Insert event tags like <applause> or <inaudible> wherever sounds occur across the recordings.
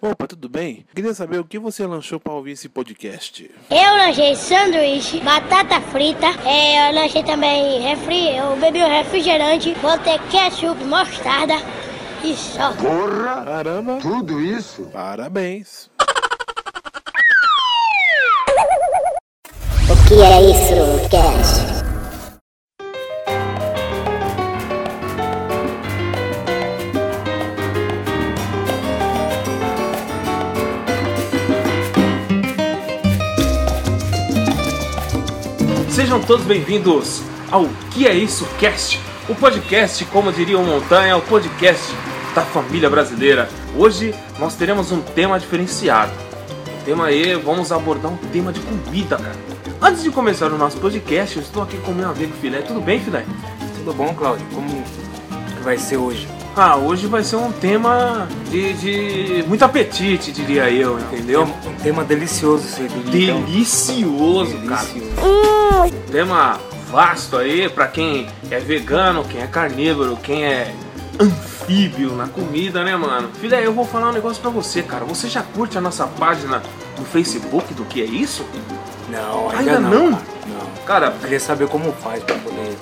Opa, tudo bem? Queria saber o que você lanchou para ouvir esse podcast. Eu lanchei sanduíche, batata frita, é, eu lanchei também refri, eu bebi um refrigerante, botei ketchup, mostarda e só. Porra! Caramba, Tudo isso? parabéns. O que é isso, Cash? Sejam todos bem-vindos ao Que é Isso Cast, o podcast, como diria o Montanha, o podcast da família brasileira. Hoje nós teremos um tema diferenciado. O tema aí, vamos abordar um tema de comida, cara. Antes de começar o nosso podcast, eu estou aqui com meu amigo Filé. Tudo bem, Filé? Tudo bom, Claudio? Como que vai ser hoje? Ah, hoje vai ser um tema de, de muito apetite, diria eu, entendeu? Um, um tema delicioso esse aí, então. Delicioso, cara. Delicioso. tema vasto aí pra quem é vegano, quem é carnívoro, quem é anfíbio na comida, né, mano? Filha, eu vou falar um negócio pra você, cara. Você já curte a nossa página no Facebook do que é isso? Não, ainda, Ainda não? não. cara. Não. Cara, Queria saber como faz pra poder.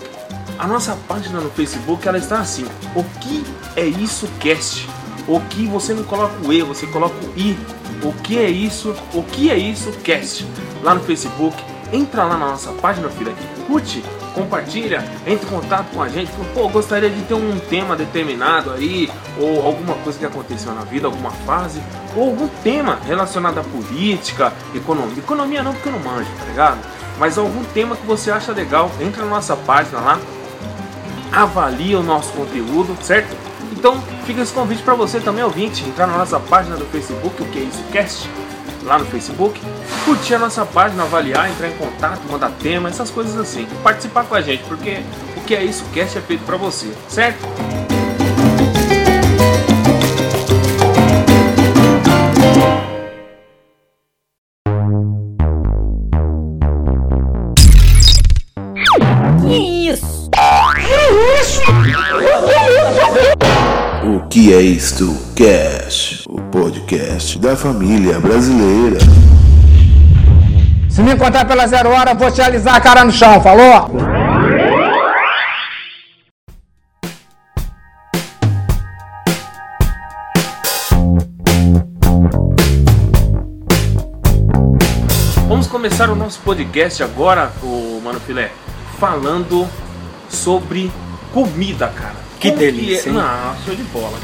a nossa página no Facebook ela está assim: O que é isso cast? O que você não coloca o E, você coloca o I. O que é isso? O que é isso cast? Lá no Facebook, entra lá na nossa página, filha, curte, compartilha, entre em contato com a gente. Fala, Pô, gostaria de ter um tema determinado aí, ou alguma coisa que aconteceu na vida, alguma fase, ou algum tema relacionado à política, economia. Economia não, porque eu não manjo, tá ligado? Mas algum tema que você acha legal, entra na nossa página lá, avalia o nosso conteúdo, certo? Então fica esse convite para você também, ouvinte, entrar na nossa página do Facebook, o que é isso cast, lá no Facebook, curtir a nossa página, avaliar, entrar em contato, mandar tema, essas coisas assim, participar com a gente, porque o que é isso cast é feito para você, certo? O que é isto, Cash? O podcast da família brasileira. Se me encontrar pela zero hora, eu vou te alisar a cara no chão, falou? Vamos começar o nosso podcast agora, o Mano Filé, falando sobre comida, cara. Que Como é- delícia, hein? Ah, show de bola.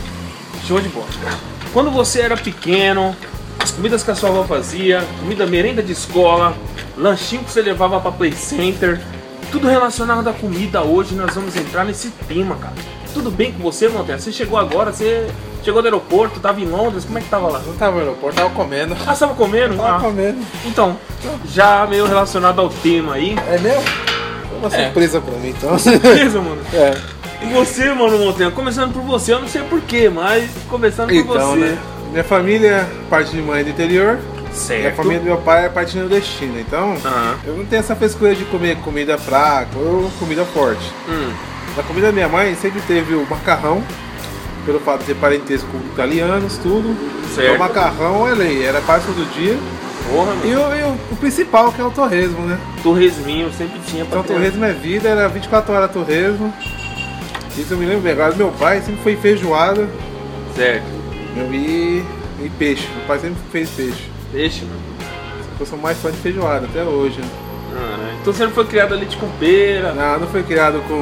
Show de bola, cara. Quando você era pequeno, as comidas que a sua avó fazia, comida merenda de escola, lanchinho que você levava pra play center, tudo relacionado à comida hoje, nós vamos entrar nesse tema, cara. Tudo bem com você, Montanha? Você chegou agora, você chegou do aeroporto, tava em Londres, como é que tava lá? Não tava no aeroporto, tava comendo. Ah, você tava comendo? Tava Ah. comendo. Então, já meio relacionado ao tema aí. É mesmo? Foi uma surpresa pra mim, então. Beleza, mano? <laughs> é. E você, mano Montanha? Começando por você, eu não sei porquê, mas começando por Então, você. né? Minha família, parte de mãe é do interior, e a Certo. Ah, família do meu pai é parte nordestina. Então, Aham. eu não tenho essa frescura de comer comida fraca ou comida forte. Hum, Na comida da minha mãe sempre teve o macarrão, pelo fato de ter parentesco com italianos, tudo. Certo. O macarrão é lei, era quase todo dia. porra, mano. E o, e o- o principal, que é o torresmo, né? Torresminho sempre tinha pra né? Então criança. torresmo é vida, era 24 horas torresmo. Isso eu me lembro bem. Agora meu pai sempre foi feijoada Certo. meu, e, e peixe. Meu pai sempre fez peixe. Deixa, mano. Eu sou mais fã de feijoada até hoje. né? Caralho. Então você não foi criado ali de compeira. Ah, Não, não foi criado com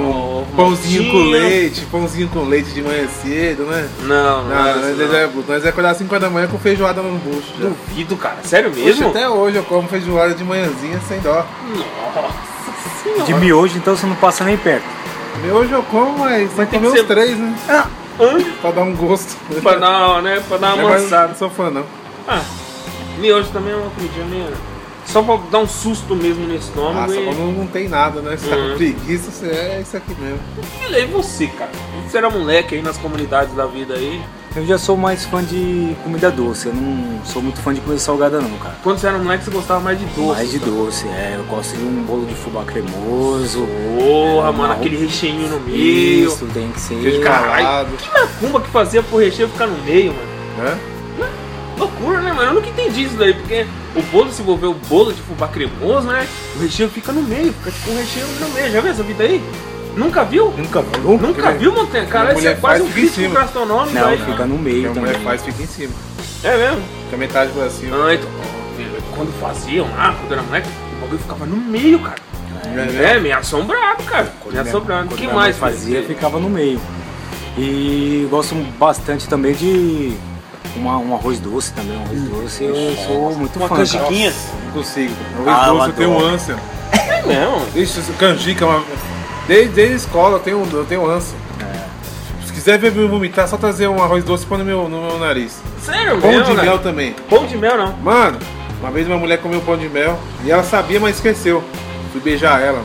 Oh, pãozinho com mocinha. leite, pãozinho com leite de manhã cedo, né? Não, não. Não, era nós, isso, nós, não. é, nós é acordar 5 horas da manhã com feijoada no bucho. já. Duvido, cara. Sério Hoje, mesmo? até hoje eu como feijoada de manhãzinha sem dó. Nossa senhora. De miojo, então você não passa nem perto. Meu, Hoje eu como, mas tem Mas que tem que comer ser- Ah, os três, né? Hã? Pra dar um gosto. Pra <laughs> dar, né? Pra dar uma Mas amansada. Não é um- sou fã, não. Ah, miojo também é uma comidinha meio... Só pra dar um susto mesmo no estômago Nossa, e... como não tem nada, né? Você tá Uhum. com preguiça, você é isso aqui mesmo. E aí você, cara? Você era moleque aí nas comunidades da vida aí. Eu já sou mais fã de comida doce. Eu não sou muito fã de comida salgada, não, cara. Quando você era moleque, você gostava mais de doce. mais de doce, é. Eu gosto de um bolo de fubá cremoso. Porra, É, mano, uma- aquele recheinho no meio. Isso, tem que ser. Queijo caralho. ralado, Que macumba que fazia pro recheio ficar no meio, mano. né? loucura, né, mano? Eu nunca entendi isso daí, porque o bolo, se envolver o bolo de fubá cremoso, né? O recheio fica no meio, fica tipo um recheio no meio. Já viu essa vida aí? Nunca viu? Nunca viu? Nunca viu, Montanha? Cara, Minha isso é mulher faz quase um fica em crítico cima. gastronômico Não, aí. fica no Que meio a também. mulher faz, fica em cima. É mesmo? Fica metade pra cima. Ah, então, ó, quando faziam lá, quando era moleque, o bagulho ficava no meio, cara. É, É, me assombrado, cara. Me assombrado. O Quando que minha mãe mais fazia? fazia? Ficava no meio. E gosto bastante também de uma- um arroz doce também, um arroz Hum. doce. Eu sou muito Uma fã. cara. canjiquinha? Não consigo. Ah, eu Arroz doce, eu tenho adoro. um ânsia. É mesmo. Ixi, isso- canjica, é uma... desde, desde a escola eu tenho, um, eu tenho ânsia. É. Se quiser ver me vomitar, só trazer um arroz doce e pôr no meu, no meu nariz. Sério Pão mesmo, de né? mel também. Pão de mel, não. Mano, uma vez uma mulher comeu pão de mel e ela sabia, mas esqueceu. Fui beijar ela.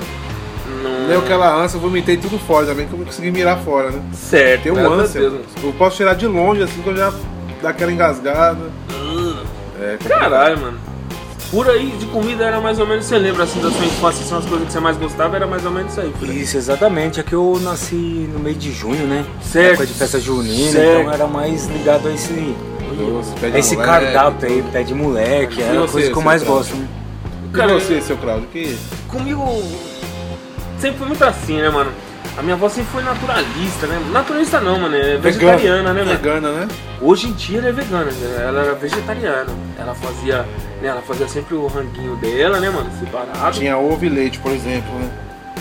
Deu aquela ânsia, eu vomitei tudo fora também, que eu não consegui mirar fora, né? Certo. Tenho graças a ânsia. Deus, mano. Eu posso tirar de longe, assim, que eu já dá aquela engasgada. Ah. É, complicado. Caralho, mano. Por aí de comida era mais ou menos, você lembra assim da sua infância, são as coisas que você mais gostava, era mais ou menos isso aí. por aí. Isso, exatamente. É que eu nasci no mês de junho, né? Certo. Época de festa junina, Certo. então era mais ligado a esse, Doce, pé de a esse moleque. cardápio aí, pé de moleque, é você, a coisa que eu seu mais Cláudio? gosto, né? E Cara, você, seu Claudio, que Comigo sempre foi muito assim, né, mano? A minha avó sempre foi naturalista, né? Naturalista não, mano, é vegetariana, né, mano? Vegana, né? Hoje em dia ela é vegana, né? ela era vegetariana. Ela fazia, né, ela fazia sempre o ranguinho dela, né, mano, separado. Tinha ovo e leite, por exemplo, né?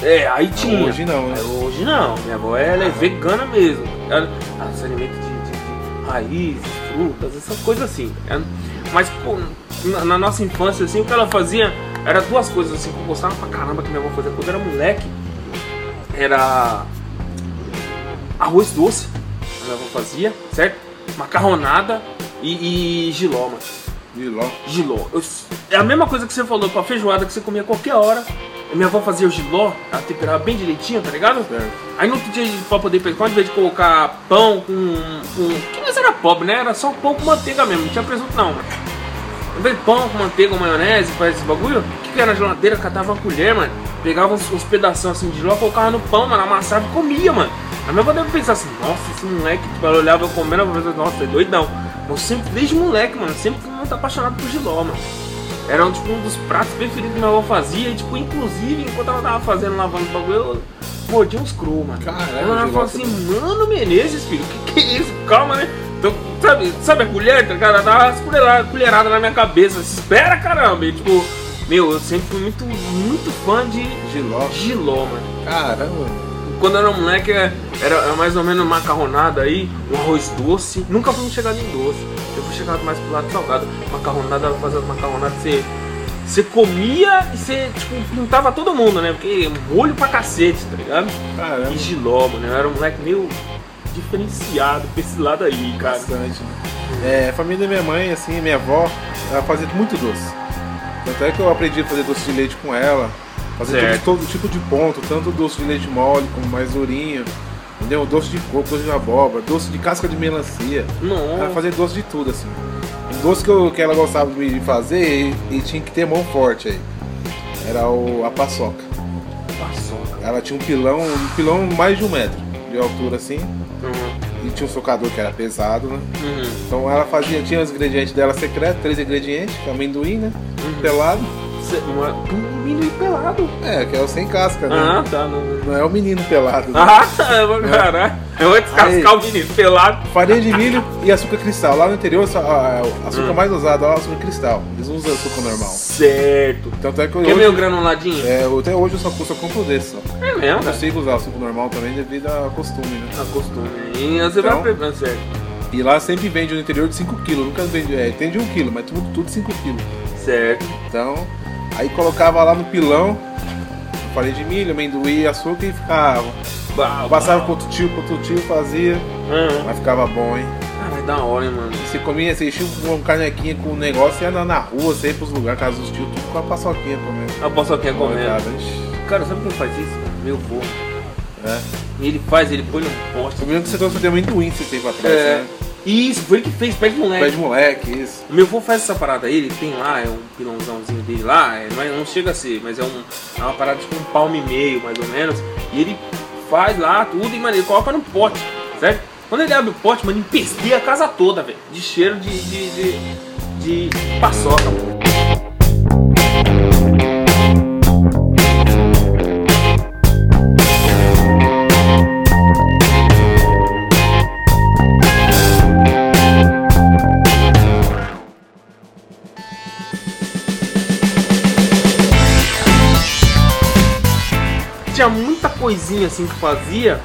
É, aí tinha. hoje não, né? Aí hoje não. Minha avó ela é vegana mesmo. Ela, ela se alimenta de, de- de raízes, frutas, essas coisas assim. né? Mas pô, na, na nossa infância, assim, o que ela fazia era duas coisas assim que eu gostava pra caramba que minha avó fazia quando eu era moleque. Era arroz doce, a minha avó fazia, certo? Macarronada e, e giló, mano. E logo. Giló. Eu- é a mesma coisa que você falou com a feijoada que você comia a qualquer hora. A minha avó fazia o giló, ela temperava bem direitinho, tá ligado? Certo. Aí no outro dia, pra poder pescar, ao invés de colocar pão com. com... Que nós era pobre, né? Era só pão com manteiga mesmo, não tinha presunto não, mano. Ao invés de pão com manteiga, maionese, faz esse bagulho, o que, que era na geladeira? Catava uma colher, mano. Pegava uns, uns pedaços assim de giló, colocava no pão, mano, amassava e comia, mano. A minha avó deve pensar assim, nossa, esse moleque, tipo, ela olhava eu comendo, ela pensava, nossa, é doidão. Eu sempre, desde moleque, mano, sempre fui muito apaixonado por giló, mano. Era um, tipo, um dos pratos preferidos que minha avó fazia. E, tipo, inclusive, enquanto ela tava fazendo, lavando o bagulho, eu mordia uns cru, mano. Caralho, Aí ela de falou volta né? assim, mano, Menezes, filho, que que é isso? Calma, né? Então, sabe, sabe a colher, tá ligado? Ela tava as colhera- colherada na minha cabeça. assim, Espera, caramba. E, tipo, meu, eu sempre fui muito, muito fã de Giló. giló, mano. Caramba. Quando eu era moleque, era, era mais ou menos macarronada aí, um arroz doce. Nunca fui chegado em doce. Eu fui chegado mais pro lado salgado. Macarronada, ela fazia macarronada, você... Você comia e você, tipo, pintava todo mundo, né? Porque molho pra cacete, tá ligado? Caramba. E Giló, mano, eu era um moleque meio diferenciado pra esse lado aí, cara. Bastante. É, a família da minha mãe, assim, minha avó, ela fazia muito doce. Tanto é que eu aprendi a fazer doce de leite com ela. Fazer Certo. todo, todo tipo de ponto, tanto doce de leite mole, como mais durinho. Entendeu? Doce de coco, doce de abóbora, doce de casca de melancia. Ela Nossa, fazia doce de tudo, assim. Um doce que, eu- que ela gostava de fazer e, e tinha que ter mão forte aí. Era o, a paçoca. passou. Ela tinha um pilão, um pilão mais de um metro de altura, assim. Uhum. E tinha um socador que era pesado, né? Uhum. Então ela fazia, tinha os ingredientes dela secreto, três ingredientes, que é amendoim, né? Pelado. Cê- uma- Uhum. um menino pelado. É, que é o sem casca, né? Ah, tá. Não. Não é o menino pelado. né? Ah, tá. eu vou- Caralho. Eu vou descascar o menino pelado. Farinha de milho e açúcar cristal. Lá no interior, só- a- a- o Hum. açúcar mais usado é o açúcar cristal. Eles não usam açúcar normal. Certo. Tanto é que eu Quer hoje, meu granuladinho? É, é, eu- até hoje eu só, só compro desse. Só. Não mesmo, né? cara. consigo usar açúcar normal também devido a costume, né? Ah, costume. E Você vai é Então. pegando, certo. E lá sempre vende no interior de 5kg. Nunca vende, é, tem de 1kg, mas tudo, tudo 5kg. Certo. Então, aí colocava lá no pilão, farinha de milho, amendoim, açúcar e ficava. Bah, Passava pro outro tio, pro outro tio fazia, Uhum. mas ficava bom, hein? Caralho, Ah, da hora, hein, mano. Você comia, você enchia um canequinha com um negócio e ia na, na rua, você ia pros lugares, casa dos tios, tudo com a paçoquinha comendo. A paçoquinha comendo. Coitada, ixi. Cara, sabe quem faz isso? Meu avô. É. E ele faz, ele põe num poste. Eu me lembro que você trouxe de amendoim esse tempo atrás, É. né? Isso, foi ele que fez, pede moleque. Pé de moleque, isso. O Meu avô faz essa parada aí, ele tem lá, é um pilãozãozinho dele lá, é, não, é- não chega a ser, mas é, um, é uma parada tipo um palmo e meio, mais ou menos. E ele faz lá tudo e, mano, ele coloca no pote, certo? Quando ele abre o pote, mano, empesteia a casa toda, velho. De cheiro de, de, de, de paçoca. Tinha muita coisinha assim que fazia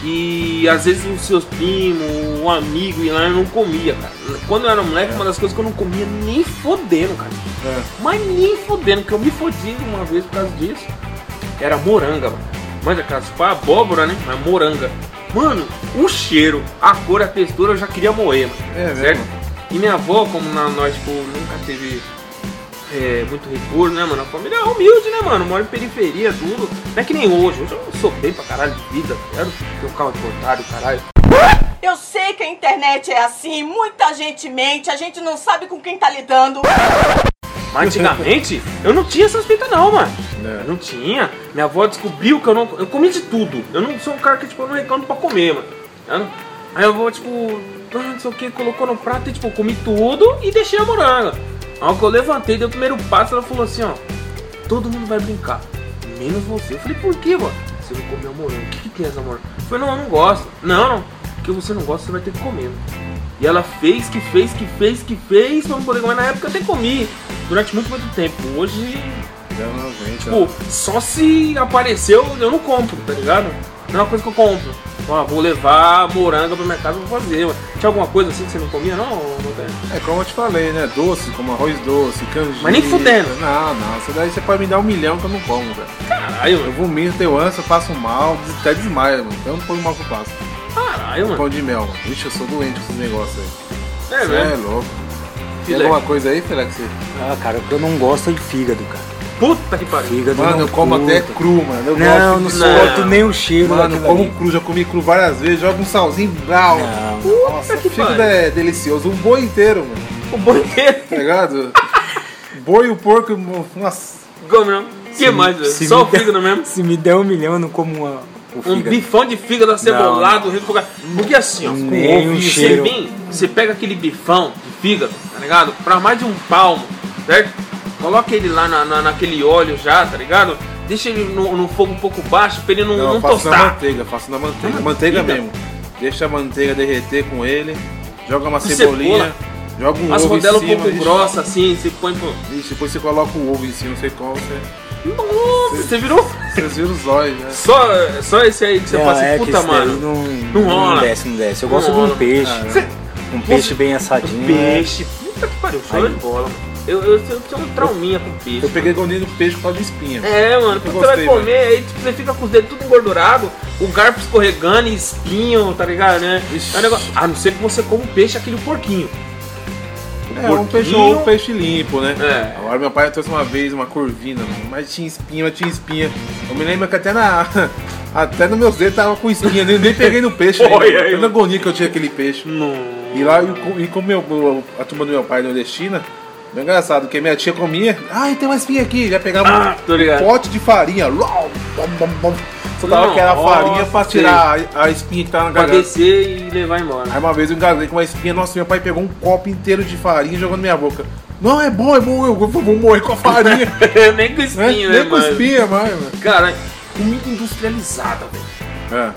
que às vezes os seus primos, um amigo e lá eu não comia, cara. Quando eu era moleque, uma das coisas que eu não comia nem fodendo, cara. É. Mas nem fodendo, porque eu me fodi uma vez por causa disso. Era moranga, mano. Manja caspar, abóbora, né? Mas moranga. Mano, o cheiro, a cor, a textura, eu já queria morrer, mano. É certo? mesmo? E minha avó, como na, nós, tipo, nunca teve é, muito recurso, né, mano? A família é humilde, né, mano? Mora em periferia, tudo. Não é que nem hoje. Hoje eu sou bem pra caralho de vida, tá ligado? Tenho carro de otário, caralho. Eu sei que a internet é assim, muita gente mente, a gente não sabe com quem tá lidando. Mas antigamente eu não tinha essas fitas não, mano. É. Eu não tinha. Minha avó descobriu que eu não. Eu comi de tudo. Eu não sou um cara que, tipo, eu não reclamo pra comer, mano. Eu não- Aí eu vou, tipo, ah, não sei o que, colocou no prato e tipo, eu comi tudo e deixei a moranga. Aí que eu levantei, dei o primeiro passo, ela falou assim, ó. Todo mundo vai brincar. Menos você. Eu falei, por que, mano? Você não comeu a moranga. O que, que tem essa moranga? Eu falei, não, eu não gosto. Não, não. Porque você não gosta, você vai ter que comer. E ela fez, que fez, que fez, que fez pra não poder comer. Na época eu até comi durante muito, muito tempo. Hoje, Já não vem, tipo, então. só se apareceu eu não compro, tá ligado? Não é uma coisa que eu compro. Ó, vou levar moranga pra minha casa vou fazer. mano. Tinha alguma coisa assim que você não comia, não? Montanha? É como eu te falei, né? Doce, como arroz doce, canjica. Mas nem Tá fudendo. Não, não. Isso daí você pode me dar um milhão que eu não como, velho. Caralho, Eu mano. vomito, eu anso, eu passo mal, até desmaio, mano. Então não põe mal que eu passo. Caralho, mano. Pão de mel, mano. Vixe, eu sou doente com esses negócios aí. É, Você é velho. louco. Tem Filé. alguma coisa aí, Félix? que você- Ah, cara, eu não gosto de fígado, cara. Puta que pariu. Fígado Mano, não eu como curto. até cru, mano. Eu Não, não gosto de- suporto nem o cheiro Mano, eu daquilo como ali. cru, já comi cru várias vezes, joga um salzinho brau. Não. Nossa, que fígado pariu. é delicioso. Um boi inteiro, mano. O boi inteiro. Tá ligado? boi e o porco, mo- nossa. Come, não. que mais, velho? Se Só o me der- fígado mesmo. Se me der um milhão, eu não como uma, o Um fígado. bifão de fígado acebolado, refogado. Porque assim, ó, com Nem ovo, um você cheiro. vem, você pega aquele bifão de fígado, tá ligado? Pra mais de um palmo, certo? Coloca ele lá na, na- naquele óleo já, tá ligado? Deixa ele no, no fogo um pouco baixo pra ele não, Não, não eu faço na tostar. manteiga, faço na manteiga. Ah, manteiga manteiga. mesmo. Deixa a manteiga derreter com ele, joga uma E cebolinha, joga um é As ovo em rodelas um cima, pouco vixe. grossa assim, você põe pro. Vixe, depois você coloca o ovo em cima, não sei qual, você... Nossa, você virou. Vocês viram os olhos, né? Só, só esse aí que você Não, fala assim, é que puta esse daí mano. Não Não, rola. não desce, não desce. Eu gosto Não de rola. um peixe. Você- Um peixe bem assadinho. né? Peixe, puta que pariu, show Aí. de bola, mano. Eu, eu, eu tenho um trauminha com peixe. Eu peguei agonia do peixe por causa de espinha. É, mano, Eu quando você vai gostei, comer, aí tipo, você fica com os dedos tudo engordurado, o garfo escorregando e espinho, tá ligado, né? É um negócio... A não ser que você coma o peixe, aquele porquinho. O É, um peixe, um peixe limpo, né? É. Agora meu pai trouxe uma vez uma corvina, mano, mas tinha espinha, mas tinha espinha. Eu me lembro que até na. <laughs> Até no meus dedos tava com espinha, nem, nem peguei no peixe. Olha ainda, aí, Tanta mano. agonia que eu tinha aquele peixe. E lá, e, co- e como meu- a turma do meu pai é nordestina, é engraçado, porque minha tia comia, ai, tem uma espinha aqui, já pegava Ah, tô um ligado. pote de farinha, lol, bom, bom, bom. só dava Não, aquela farinha pra nossa, tirar a, a espinha que tava na Pra garganta. descer e levar <laughs> embora. Aí uma vez eu engasguei com uma espinha, nossa, meu pai pegou um copo inteiro de farinha e jogou na minha boca. Não, é bom, é bom, eu vou, vou morrer com a <laughs> farinha. né? Nem com espinho, né, Nem com mano? espinha, mais, né? mano. Cara, comida industrializada, velho. É.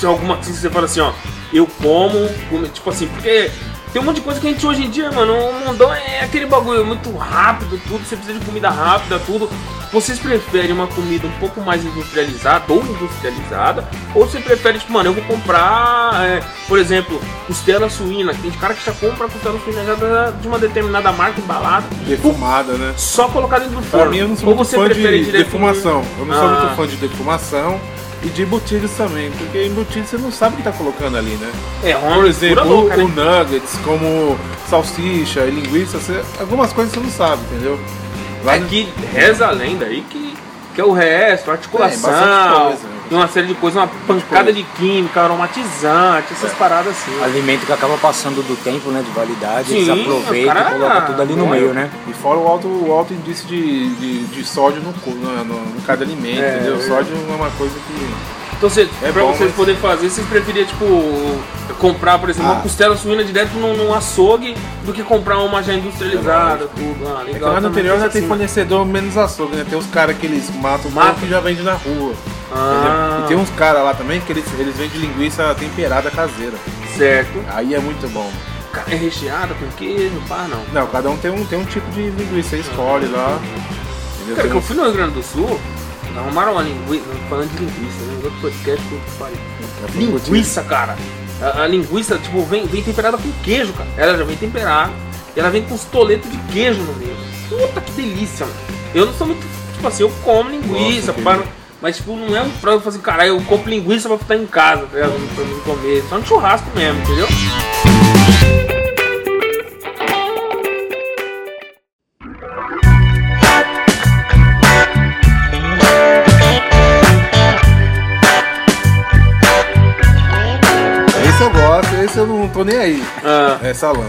Tem alguma coisa que você fala assim, ó, eu como, como- tipo assim, porque tem um monte de coisa que a gente hoje em dia, mano, o mundão é aquele bagulho muito rápido, tudo, você precisa de comida rápida, tudo. Vocês preferem uma comida um pouco mais industrializada ou industrializada, ou você prefere, tipo, mano, eu vou comprar, é, por exemplo, costela suína, que tem cara que já compra costela suína já da- de uma determinada marca embalada, Defumada, né? só colocar dentro do forno. Pra mim, eu não sou ou muito você fã prefere de direto defumação. Eu não sou Ah. muito fã de defumação e de embutidos também, porque embutido você não sabe o que tá colocando ali, né? É, uma Por exemplo, mistura louca, o né? nuggets, como salsicha e linguiça, você- algumas coisas você não sabe, entendeu? Lá É no- que reza a lenda aí que, que é o resto, É, bastante articulação, coisa. e uma série de coisas, uma pancada de química, aromatizante, É. essas paradas assim. Alimento que acaba passando do tempo, né? De validade. Sim, eles aproveitam o cara- e colocam tudo ali no Olha. meio, né? É, E fora o alto, o alto indício de, de, de sódio no, co- no, no- no cada alimento, É, entendeu? eu- Sódio é uma coisa que Então, você, É pra bom, vocês mas- poderem fazer, vocês preferiam, tipo, comprar, por exemplo, uma Ah. costela suína direto num, num açougue do que comprar uma já industrializada, tudo. Ah, É que legal. lá no também, interior já coisa tem assim, né? fornecedor menos açougue, né? Tem uns caras que eles matam o Mata. mato e já vende na rua. Ah, entendeu? E tem uns caras lá também que eles, eles vendem linguiça temperada caseira. certo. Aí é muito bom. Ca- É recheada com queijo, pá, não. Não, cada um tem um, tem um tipo de linguiça, você escolhe lá. Entendeu? Cara, Tem que eu uns- fui no Rio Grande do Sul, arrumaram uma linguiça, falando de linguiça, né? Outro podcast que eu falei. Linguiça, cara. A, a linguiça, tipo, vem, vem temperada com queijo, cara. Ela já vem temperada e ela vem com os toletos de queijo no meio. Puta que delícia, mano. Eu não sou muito, tipo assim, eu como linguiça, Nossa, que pá, delícia. mas tipo, não é um pra eu fazer, caralho, eu compro linguiça pra ficar em casa, tá ligado? Pra mim comer. Só um churrasco mesmo, entendeu? Esse eu gosto, esse eu não tô nem aí. Ah, É salame.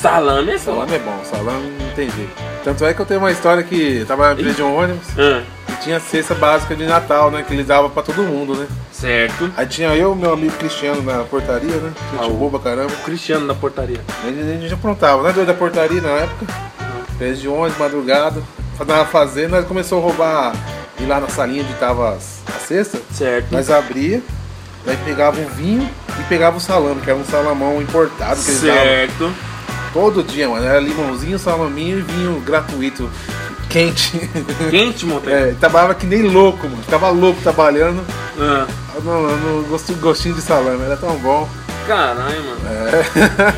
salame é salame. Salame é bom, salame não tem jeito. Tanto é que eu tenho uma história que eu tava na fila de um ônibus Ah, e tinha cesta básica de Natal, né? Que eles davam pra todo mundo, né? certo. Aí tinha eu e meu amigo Cristiano na portaria, né? Gente Ah, o- boa pra caramba. Cristiano na portaria. A gente, a gente aprontava, né? Doido da portaria na época. Fez de ônibus, madrugada. Tava fazendo, nós começou a roubar. Ir lá na salinha onde tava as- a cesta. Certo. Nós abria, nós pegava um vinho e pegava o salame, que era um salamão importado que eles davam. certo. Todo dia, mano. Era limãozinho, salaminho e vinho gratuito. Quente. <laughs> Quente, Montanha. é, trabalhava que nem louco, mano. Tava louco trabalhando. Ah, No, no gosto- gostinho de salame, era tão bom. Ah, caralho, mano. É.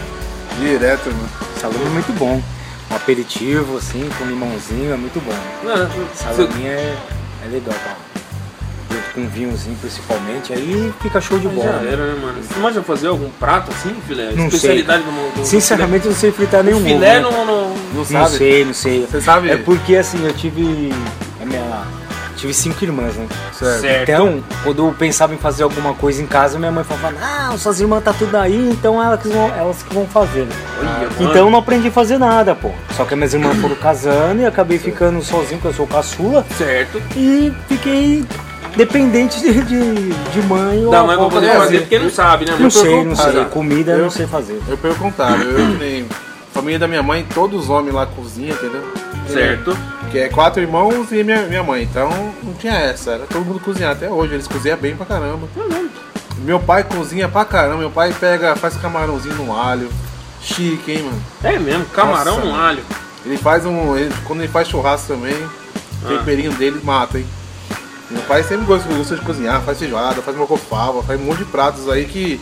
Direto, mano. Salame é muito bom. Um aperitivo, assim, com limãozinho, é muito bom. Ah, você- Salaminho é, é legal, tá? Junto com um vinhozinho, principalmente, aí fica show de já bola. né? era, né, mano? Você imagina fazer algum prato assim, filé? Não Especialidade do mundo. Sinceramente, eu não sei fritar nenhum ovo, Filé né? não, não. Não Não sabe? sei, não sei. Você sabe? É porque assim, eu tive. A minha, tive cinco irmãs, né? Certo. Então, quando eu pensava em fazer alguma coisa em casa, minha mãe falava, ah, suas irmãs tá tudo aí, então elas que vão, elas que vão fazer. né? Olha, Ah, mano. Então eu não aprendi a fazer nada, pô. Só que minhas irmãs foram casando e acabei ficando sozinho, porque eu sou caçula, Certo. e fiquei dependente de, de, de mãe ou Da mãe avó vou poder pra fazer porque não sabe, né? Não mano? sei, não Cara, sei. Comida eu eu- não sei fazer. Eu pelo contrário, eu que nem. Família da minha mãe, todos os homens lá cozinham, entendeu? Certo. Que é quatro irmãos e minha, minha mãe. Então não tinha essa, era todo mundo cozinhar até hoje. Eles cozinham bem pra caramba. Meu pai cozinha pra caramba, meu pai pega, faz camarãozinho no alho. Chique, hein, mano? É mesmo, camarão Nossa, no mano. alho. Ele faz um. ele- quando ele faz churrasco também, o Ah. temperinho dele mata, hein? Meu pai sempre gosta, gosta de cozinhar, faz feijoada, faz mocofava, faz um monte de pratos aí que.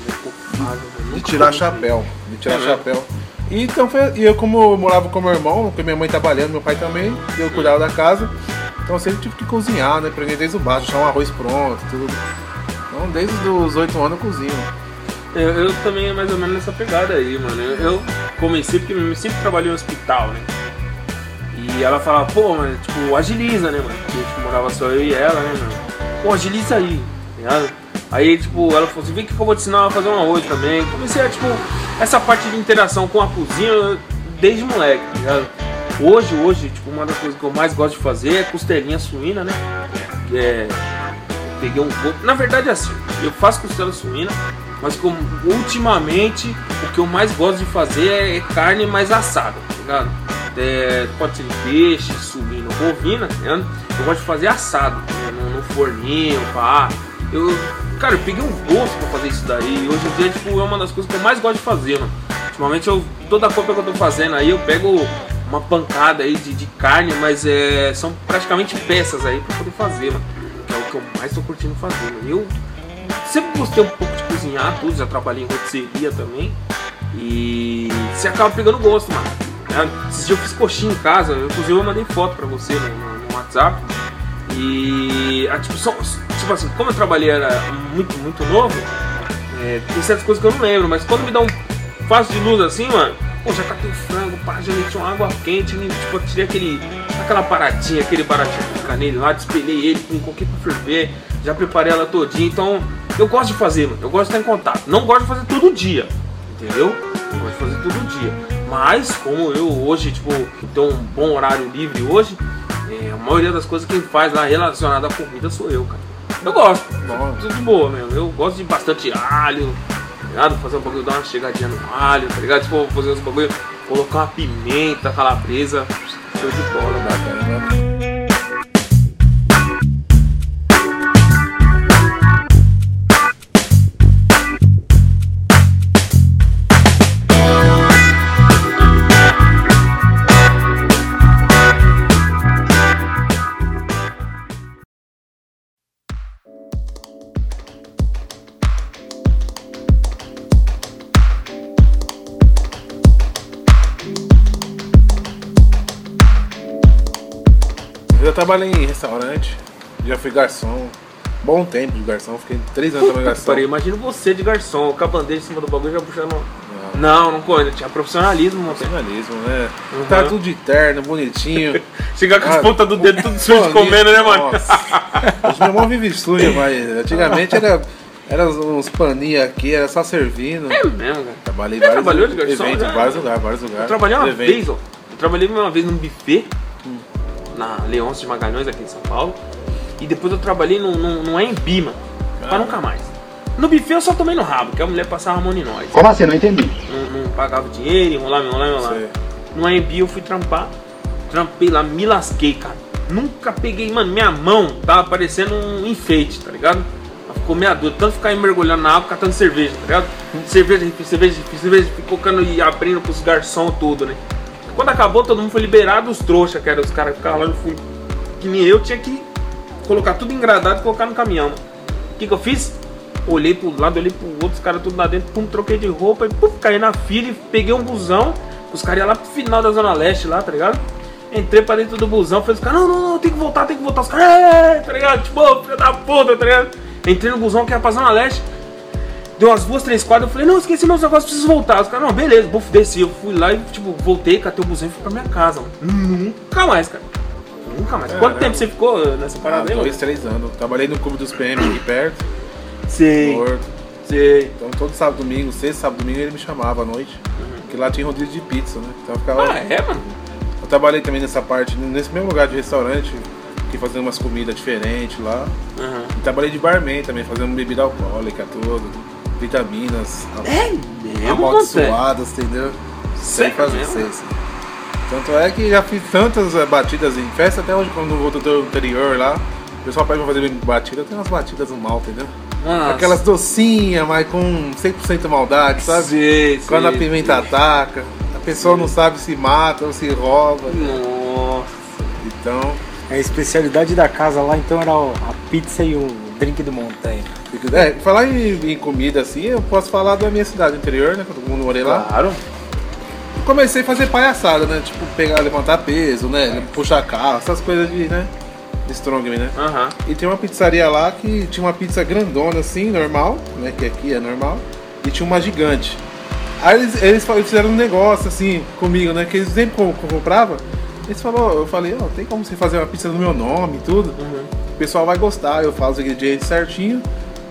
De tirar chapéu. De tirar É, né? chapéu. E então foi, e eu como eu morava com meu irmão, porque minha mãe trabalhando, meu pai também, e eu cuidava da casa. Então eu sempre tive que cozinhar, né? Aprender desde o baixo, achar um arroz pronto, tudo. Então desde os 8 anos eu cozinho. Eu, eu também é mais ou menos nessa pegada aí, mano. Eu, eu comecei porque minha mãe sempre trabalhou em hospital, né? E ela falava, pô, mano, tipo, agiliza, né, mano? Porque tipo, morava só eu e ela, né, mano? Pô, agiliza aí, tá ligado? Aí, tipo, ela falou assim, vem que eu vou te ensinar a fazer uma hoje também. Comecei a, tipo, essa parte de interação com a cozinha eu- desde moleque, tá ligado? Hoje, hoje, tipo, uma das coisas que eu mais gosto de fazer é costelinha suína, né? Que é peguei um pouco. Na verdade, é assim, eu faço costela suína, mas como ultimamente o que eu mais gosto de fazer é, é carne mais assada, tá ligado? É, pode ser de peixe, suíno, bovina, tá ligado? Eu gosto de fazer assado, né? no, no forninho, pá. Eu, cara, eu peguei um gosto pra fazer isso daí. e Hoje em dia, tipo, é uma das coisas que eu mais gosto de fazer, mano. Ultimamente, eu, toda a compra que eu tô fazendo aí, eu pego uma pancada aí de, de carne, mas é, são praticamente peças aí pra poder fazer, mano que é o que eu mais tô curtindo fazer. mano. Eu sempre gostei um pouco de cozinhar, tudo, já trabalhei em rotisseria também. E você acaba pegando gosto, mano. É, Esses dias eu fiz coxinha em casa, eu, inclusive eu mandei foto pra você no, no- no WhatsApp. E ah, tipo, só, tipo assim, como eu trabalhei era muito, muito novo, é, tem certas coisas que eu não lembro, mas quando me dá um fácil de luz assim, mano, pô, já catei o frango, pá, já meti uma água quente, né? tipo, eu tirei aquele, aquela baratinha, aquele baratinho que fica nele lá, despelei ele, me coloquei pra ferver, já preparei ela todinha, então eu gosto de fazer, mano, eu gosto de estar em contato, não gosto de fazer todo dia, entendeu? Eu gosto de fazer todo dia, mas como eu hoje, tipo, tenho um bom horário livre hoje, é, a maioria das coisas quem faz lá relacionada à comida sou eu, cara. Eu gosto. Bom. Tudo de boa mesmo. Eu gosto de bastante alho, tá ligado? Fazer um bagulho, dar uma chegadinha no alho, tá ligado? Tipo, fazer uns bagulho, colocar uma pimenta, calabresa. Show de bola, bacana. Eu já trabalhei em restaurante, já fui garçom. Bom tempo de garçom, fiquei três anos Puta trabalhando que garçom. pariu, imagina você de garçom, com a bandeja em cima do bagulho já puxando. um- Não, não coisa, tinha profissionalismo, mano. Profissionalismo, né? Uhum. Tá tudo de terno, bonitinho. Chegar com as Ah, pontas do dedo tudo sujo de comendo, né, mano? Nossa. Hoje meu irmão vive sujo, mas antigamente era, era uns paninhos aqui, era só servindo. É mesmo, cara. Trabalhei em Você vários trabalhou de garçom, eventos, né? em vários lugares, vários lugares. Eu trabalhei uma Evento. vez, ó. Eu trabalhei uma vez num buffet na Leôncio de Magalhães, aqui em São Paulo. E depois eu trabalhei num, num, num AMB, mano. Pra nunca mais. No buffet eu só tomei no rabo, que a mulher passava a mão em nós. Como assim? Não entendi. Não, não pagava dinheiro, enrolava, enrolava, enrolava. Sei. No AMB eu fui trampar. Trampei lá, me lasquei, cara. Nunca peguei, mano, minha mão tava parecendo um enfeite, tá ligado? Ela Ficou meia dura, tanto ficar aí mergulhando na água, catando cerveja, tá ligado? Cerveja, refri, cerveja, refri, cerveja, fui colocando e abrindo pros garçom tudo, né? Quando acabou, todo mundo foi liberado, os trouxas, que eram os caras que ficavam lá no fundo. Que nem eu, tinha que colocar tudo engradado e colocar no caminhão. O que que eu fiz? Olhei pro lado, olhei pro outro, os caras tudo lá dentro, pum, troquei de roupa e puf, caí na fila e peguei um busão. Os caras iam lá pro final da Zona Leste lá, tá ligado? Entrei pra dentro do busão, falei, os caras, não, não, não, tem que voltar, tem que voltar. Os caras, "É", tá ligado? Tipo, "Ô, filho da puta, tá ligado? Entrei no busão que ia pra Zona Leste, Deu umas duas, três quadras, eu falei, não, esqueci meus negócios, preciso voltar. Os caras, não, beleza, buf, desci. Eu fui lá e, tipo, voltei, catei o busão e fui pra minha casa, mano. Nunca mais, cara. Nunca mais. Quanto tempo você ficou eh, nessa Ah, parada aí, dois, mano? três anos. Trabalhei no clube dos PM aqui perto, Sei, morto. sei. Então todo sábado, domingo, sexta, sábado, domingo ele me chamava à noite. Porque lá tinha rodízio de pizza, né? Então eu ficava. Ah, é, mano? Eu trabalhei também nessa parte, nesse mesmo lugar de restaurante, que fazendo umas comidas diferentes lá. Aham. E trabalhei de barman também, fazendo bebida alcoólica, tudo, vitaminas, É am- mesmo, Gonçalo? amaldiçoadas, entendeu? Sem Sério fazer mesmo? sei, sim. Tanto é que já fiz tantas eh, batidas em festa, até hoje quando eu vou do interior lá, o pessoal pede pra fazer batida, tem umas batidas no mal, entendeu? Nossa. Aquelas docinhas, mas com 100% maldade, sabe? Sei, sei, Quando a sei. pimenta ataca, a pessoa não sabe se mata ou se rouba. Nossa. Então, É A especialidade da casa lá então era o- a pizza e o drink do montanha. É, falar em, em comida assim, eu posso falar da minha cidade interior, né? que Todo mundo morei lá. Claro. Comecei a fazer palhaçada, né? Tipo, pegar, levantar peso, né? Puxar carro, essas coisas de, né? de Strongman, né? Aham. E tinha uma pizzaria lá que tinha uma pizza grandona assim, normal, né? Que aqui é normal. E tinha uma gigante. Aí eles, eles fa- fizeram um negócio assim comigo, né? Que eles sempre co- co- compravam. Eles falou, eu falei, ó, tem como você fazer uma pizza no meu nome e tudo? O pessoal vai gostar, eu faço os ingredientes certinho.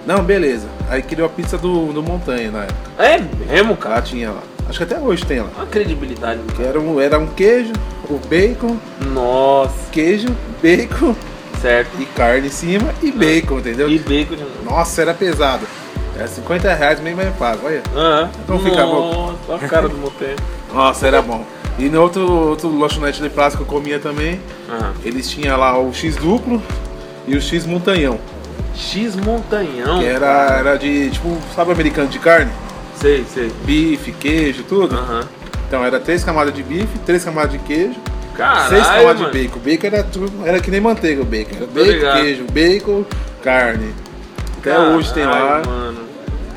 Não, beleza. Aí criou a pizza do, do Montanha na época. É mesmo, cara? Lá tinha lá. Acho que até hoje tem lá. Olha a credibilidade do Que era um, era um queijo, o bacon, cara. Nossa. queijo, bacon <laughs> Certo. e carne em cima e bacon, entendeu? E bacon de novo. Nossa, era pesado. Era 50 reais meio mais pago, olha. Aham. Então fica a boca. Nossa, olha a cara do motel. Nossa, era bom. E no outro, outro lanchonete de praça que eu comia também, Aham. eles tinham lá o X duplo e o X montanhão. X Montanhão. Que era, era de, tipo, sabe americano de carne? Sei, sei. Bife, queijo, tudo. Aham. Então era três camadas de bife, três camadas de queijo, Caralho, seis camadas mano. de bacon. Bacon era tudo, era que nem manteiga o bacon. Era bacon, ligado. queijo, bacon, carne. Até Caralho, hoje tem lá. mano.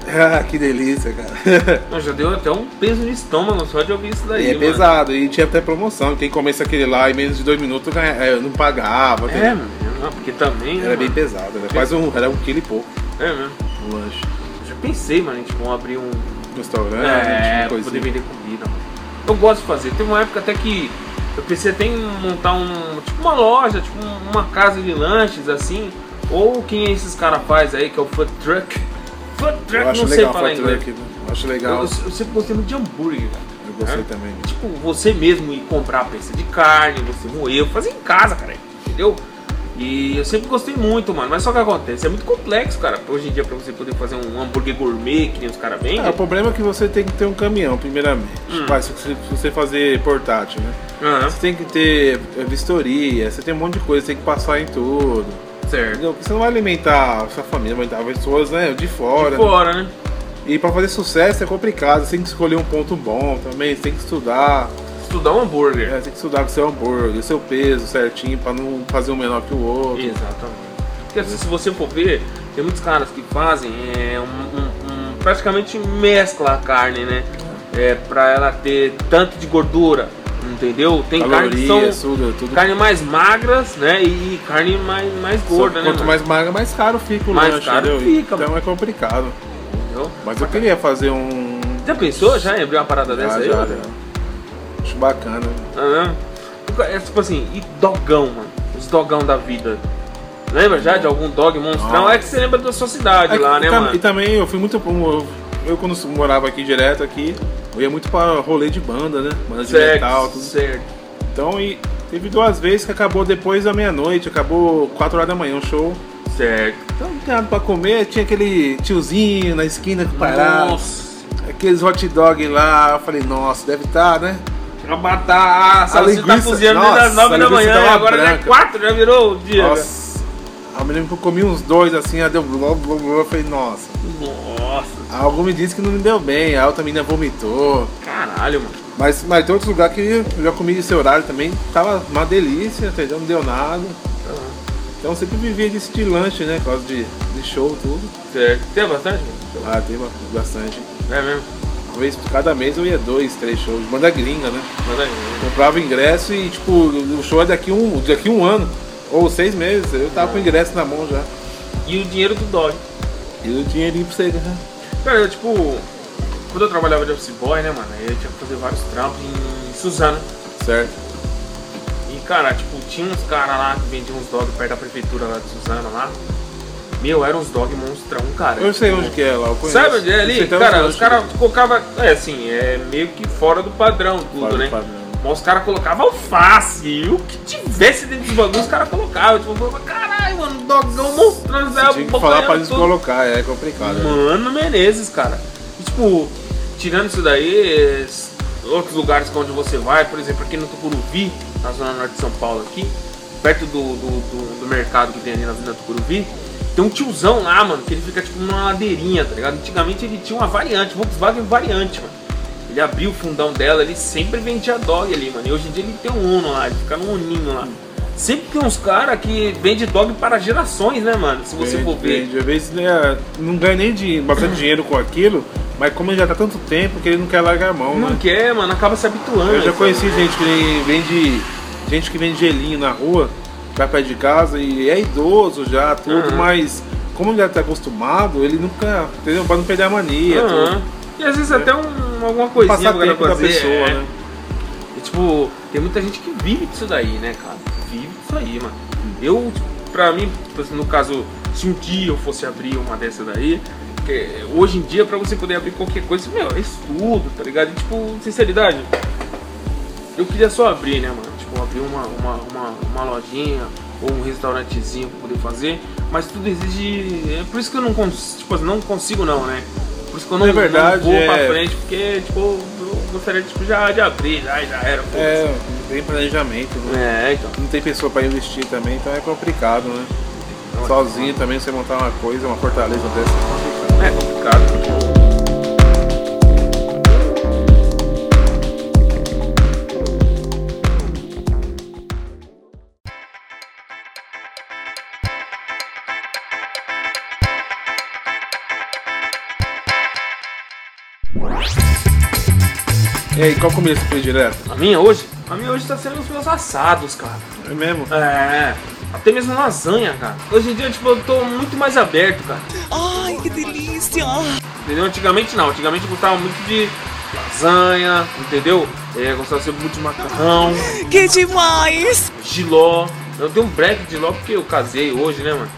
Ah, <laughs> que delícia, cara. Não, já deu até um peso no estômago só de ouvir isso daí. E é mano. pesado, e tinha até promoção. Quem comesse aquele lá em menos de dois minutos ganha- eh, não pagava. É, entendeu? mano. Não, porque também. né, Era bem mano? pesado, era quase um, era um quilo e pouco É mesmo. o lanche. Eu já pensei, mano, em tipo, abrir um. Restaurante, É, tipo, coisinha. poder vender comida, mano. Eu gosto de fazer. Teve uma época até que eu pensei até em montar um. Tipo uma loja, tipo um- uma casa de lanches, assim. Ou quem esses caras faz aí, que é o food truck. Food truck, Eu acho não sei legal falar falar inglês. truck, né? eu acho Eu, legal. eu Eu, sempre gostei muito de hambúrguer, cara. gostei É. também. Tipo, você mesmo ir comprar a peça de carne, você moer, fazer em casa, cara. Entendeu? E eu sempre gostei muito, mano. Mas só que acontece, é muito complexo, cara. Hoje em dia, pra você poder fazer um hambúrguer gourmet que nem os caras vendem. Ah, o problema é que você tem que ter um caminhão, primeiramente. Vai, se se você fazer portátil, né? Aham, Você tem que ter é, vistoria, você tem um monte de coisa, você tem que passar em tudo. certo. Entendeu? Porque Você não vai alimentar a sua família, vai alimentar pessoas né, de fora. né? Fora, né? E pra fazer sucesso é complicado, você tem que escolher um ponto bom também, você tem que estudar. Estudar um hambúrguer. É, tem que estudar com seu hambúrguer, seu peso certinho, pra não fazer um menor que o outro. Exatamente. Porque assim, se você for ver, tem muitos caras que fazem é, um, um- um- praticamente mescla a carne, né? É, pra ela ter tanto de gordura, entendeu? Tem carne que são Calorias, tudo, é tudo. carne mais magras, né? E e carne mais, mais Só que gorda, né? Quanto mano? mais magra, mais caro fica o Mais lanche, caro entendeu? fica, Então é complicado. Entendeu? Mas eu queria fazer um. Já pensou? Já em abrir uma parada dessa Ah, aí? já, mano? já. Acho bacana. Ah, não. É tipo assim, e dogão, mano. Os dogão da vida. Lembra já de algum dog monstrão? Nossa. É que você lembra da sua cidade É, lá, e né, tam- mano? E também eu fui muito. Eu, eu quando morava aqui direto aqui, eu ia muito pra rolê de banda, né? Banda de metal, Certo, tudo. certo. Então e teve duas vezes que acabou depois da meia-noite, acabou 4 horas da manhã o show. Certo. Então não tinha nada pra comer, tinha aquele tiozinho na esquina que parava. Nossa. Aqueles hot dog lá, eu falei, nossa, deve estar, né? Pra matar a salsicha tá linguiça- cozinhando desde nossa, as 9 a da linguiça manhã, tava agora já é branca. 4, já virou o dia. Nossa. Nossa. Eu me lembro que eu comi uns dois assim, aí deu blá, blá, blá, eu falei, nossa. Algo me disse que não me deu bem, a outra menina vomitou. caralho, mano. Mas, mas tem outros lugares que eu já comi esse horário também, tava uma delícia, entendeu? Não deu nada. Então eu sempre vivia disso de lanche, né? Por causa de, de show tudo. Certo. Tem bastante? mano? Ah, tem ba- bastante. É mesmo. Uma vez por cada mês eu ia dois, três shows. Banda gringa, né? Manda aí. mano. Comprava ingresso e, tipo, o show é daqui um, daqui um ano. Ou seis meses. Eu tava com o ingresso na mão já. E o dinheiro do dog. E o dinheirinho pra você né? Cara, eu, tipo, quando eu trabalhava de office boy, né, mano, eu tinha que fazer vários trampos em Suzano. Certo. E, cara, tipo, tinha uns caras lá que vendiam uns dog perto da prefeitura lá de Suzano lá. Meu, eram uns dog monstrão, cara. Tipo, Eu sei onde que é lá, eu conheço. Sabe onde é Eu sei ali? até Cara, onde os é. caras colocavam. É assim, é meio que fora do padrão tudo, Fora do né? padrão. Mas os caras colocavam alface e o que tivesse dentro dos bagulhos, os caras colocavam. Tipo, eu falava, caralho, mano, dogão monstrão, Zé Tinha que falar pra bocanhando eles é um tudo." colocar, é complicado. né? Mano Menezes, cara. E, tipo, tirando isso daí, es- outros lugares onde você vai, por exemplo, aqui no Tucuruvi, na zona norte de São Paulo aqui, perto do, do, do- do mercado que tem ali na Avenida Tucuruvi, tem um tiozão lá, mano, que ele fica tipo numa ladeirinha, tá ligado? Antigamente ele tinha uma variante, Volkswagen variante, mano. Ele abriu o fundão dela, ele sempre vendia dog ali, mano. E hoje em dia ele tem um Uno lá, ele fica num Uninho lá. Sempre tem uns caras que vende dog para gerações, né, mano? Se você for ver. Às vezes né, não ganha nem de, bastante dinheiro com aquilo, mas como ele já tá tanto tempo que ele não quer largar a mão, Não né? quer, mano, acaba se habituando. Eu já isso, conheci né? gente que vende. Gente que vende gelinho na rua, vai perto de casa e é idoso já, tudo, Aham. mas como ele já tá acostumado, ele nunca. Entendeu? Pra não perder a mania, Aham. tudo. E às vezes até um, alguma coisinha Passar pro cara tempo da fazer, pessoa, é. né? E, tipo, tem muita gente que vive disso daí, né, cara? Vive disso aí, mano. Eu, tipo, pra mim, tipo assim, no caso, se um dia eu fosse abrir uma dessa daí, que hoje em dia, pra você poder abrir qualquer coisa, meu, é estudo, tá ligado? E, tipo, sinceridade, eu queria só abrir, né, mano? Tipo, abrir uma, uma, uma, uma lojinha ou um restaurantezinho pra poder fazer, mas tudo exige. É por isso que eu não, cons... tipo, assim, não consigo, não, né? Por isso que eu não, Na verdade, não vou pra é. frente, porque, tipo, eu gostaria tipo, já de abrir, já, já era. pô. É, não tem planejamento, né? É, então. Não tem pessoa pra investir também, então é complicado, né? Sozinho também você montar uma coisa, uma fortaleza dessa é complicado. É complicado. E aí, qual comida você fez direto? A minha hoje? A minha hoje tá sendo os meus assados, cara. É mesmo? É. Até mesmo lasanha, cara. Hoje em dia, tipo, eu tô muito mais aberto, cara. Ai, que delícia! Entendeu? Antigamente não. Antigamente eu gostava muito de lasanha, entendeu? É, eu gostava sempre muito de macarrão, Que demais! giló. Eu dei um break de giló porque eu casei hoje, né, mano?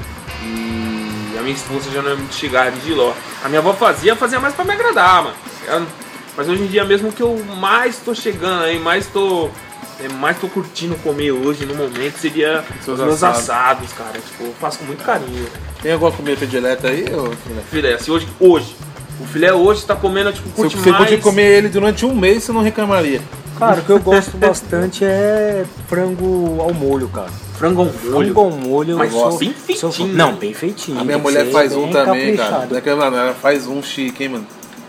E a minha esposa já não é muito chegada de giló. A minha avó fazia, fazia mais pra me É, agradar, mano. Ela- Mas hoje em dia mesmo que eu mais tô chegando aí, mais tô é mais que eu curtindo comer hoje no momento seria Seus os meus assados. assados, cara. Tipo, eu faço com muito carinho. Tem alguma comida predileta aí, ô filé? Filé, assim, hoje, hoje. O filé hoje tá comendo, tipo, Se curte você mais. podia comer ele durante um mês, você não reclamaria. Cara, o que eu gosto bastante é frango ao molho, cara. frango ao molho. Frango ao molho eu Mas né? gosto. bem Sou- feitinho. Não, bem feitinho. A minha tem que mulher ser faz bem um também, cara. caprichado. Não é que, mano, ela faz um chique, hein, mano.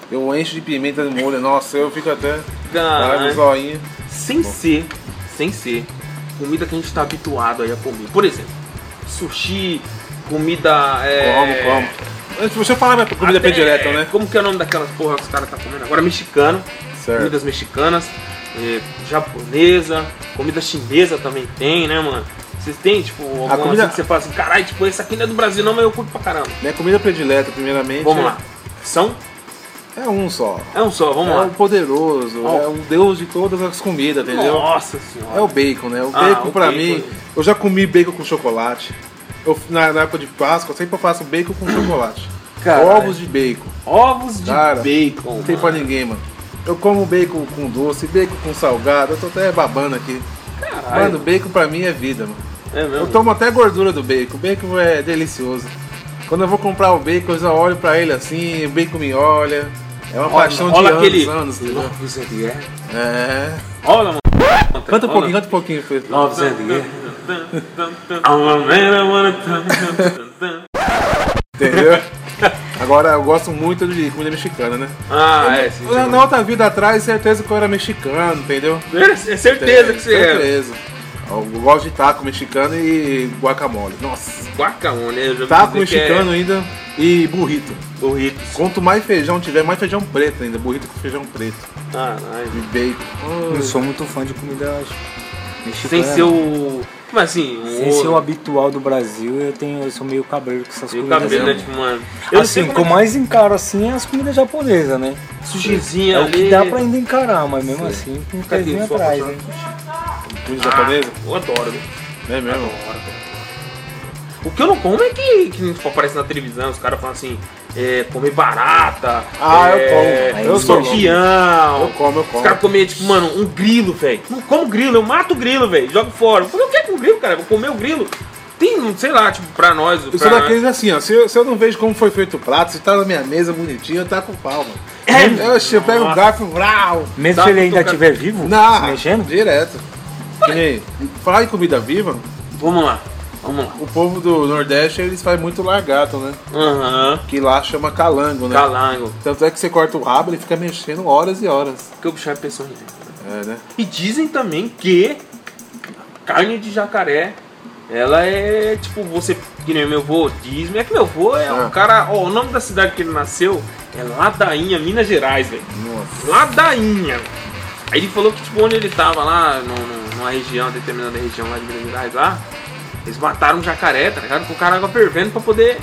Eu encho de pimenta de molho, nossa, eu fico até. Caralho. Caralho, um zoinho. Sem ser, sem ser, comida que a gente tá habituado aí a comer. Por exemplo, sushi, comida. É... Como, como. Antes, Deixa eu falar minha comida Até- predileta, né? Como que é o nome daquelas porra que os caras tá comendo agora? Mexicano. Certo. Comidas mexicanas, eh, japonesa, comida chinesa também tem, né, mano? Vocês têm, tipo, alguma comida- assim que você fala assim, caralho, tipo, esse aqui não é do Brasil não, mas eu curto pra caramba. Minha comida predileta, primeiramente. Vamos é- lá. São? É um só. É um só, vamos é lá. o poderoso, Ó. é o deus de todas as comidas, entendeu? Nossa senhora. É o bacon, né? O Ah, bacon o pra bacon. mim. Eu já comi bacon com chocolate. Eu, na, na época de Páscoa, sempre eu faço bacon com chocolate. Caralho. Ovos de bacon. Ovos de Cara, bacon. Não tem pra mano. ninguém, mano. Eu como bacon com doce, bacon com salgado, eu tô até babando aqui. Caralho. Mano, bacon pra mim é vida, mano. É mesmo? Eu tomo até gordura do bacon. Bacon é delicioso. Quando eu vou comprar o bacon, eu já olho pra ele assim, o bacon me olha. É uma paixão de olha anos, aquele- anos, entendeu? Novos NR. É. Olha, mano. Canta um Olha. pouquinho, canta um pouquinho, Fê. Novos NR. I'm a tá- man, I wanna tum, tum, tum, tum. Entendeu? Agora, eu gosto muito de comida mexicana, né? Ah, é, sim. Na, sim. na outra vida atrás, certeza que eu era mexicano, entendeu? É certeza que você é. Certeza. Eu gosto de taco mexicano e guacamole. Nossa. Guacamole, né? eu já ouvi Tá Taco dizer que mexicano ainda e burrito. É burritos. Quanto mais feijão tiver, mais feijão preto ainda. Burrito com feijão preto. Caralho. E bacon. Não sou muito fã de comida Sem mexicana. né? ser o. Como assim? O Sem ser o habitual do Brasil, eu, tenho, eu sou meio cabreiro com essas E o comidas. cabelo, né, né? tipo, mano. não sei assim, o que eu como mais encaro assim é as comidas japonesas, né? é sushizinho É o que ali. dá pra ainda encarar, mas mesmo assim, com um Cadê pezinho o seu atrás, apaixonado? né? Comida japonesa? Eu adoro, né? É mesmo. O que eu não como é que, que tipo, aparece na televisão, os caras falam assim, é, comer barata. Ah, eu é, como. Eu sou louco. escorpião. Eu como, eu como. Os caras comem, tipo, mano, um grilo, velho. Não como grilo, eu mato o grilo, velho. Jogo fora. Eu falei, o que é com grilo, cara? Eu Vou comer o grilo. Tem, não sei lá, tipo, pra nós. Eu pra... sou daqueles assim, ó. Se eu, se eu não vejo como foi feito o prato, se tá na minha mesa bonitinho, eu taco o pau, mano. É, eu, eu pego o garfo, vrau. Mesmo Dá se ele pra ainda tocar- estiver vivo, se tá Não, mexendo, direto. Que nem, falar em comida viva, Vamos lá, vamos lá. o povo do Nordeste, eles fazem muito largato, né? Aham. Que lá chama calango, né? Calango. Tanto é que você corta o rabo, ele fica mexendo horas e horas. Que eu puxar a pessoa rica. É, né? E dizem também que carne de jacaré, ela é tipo, você. Que nem meu avô diz, é que meu avô é um Ah. cara. Ó, o nome da cidade que ele nasceu é Ladainha, Minas Gerais, velho. Nossa. Ladainha. Aí ele falou que tipo, onde ele tava lá, no, no, numa região, determinada região lá de Minas Gerais lá, eles mataram um jacaré, tá ligado? Com o cara água fervendo pra poder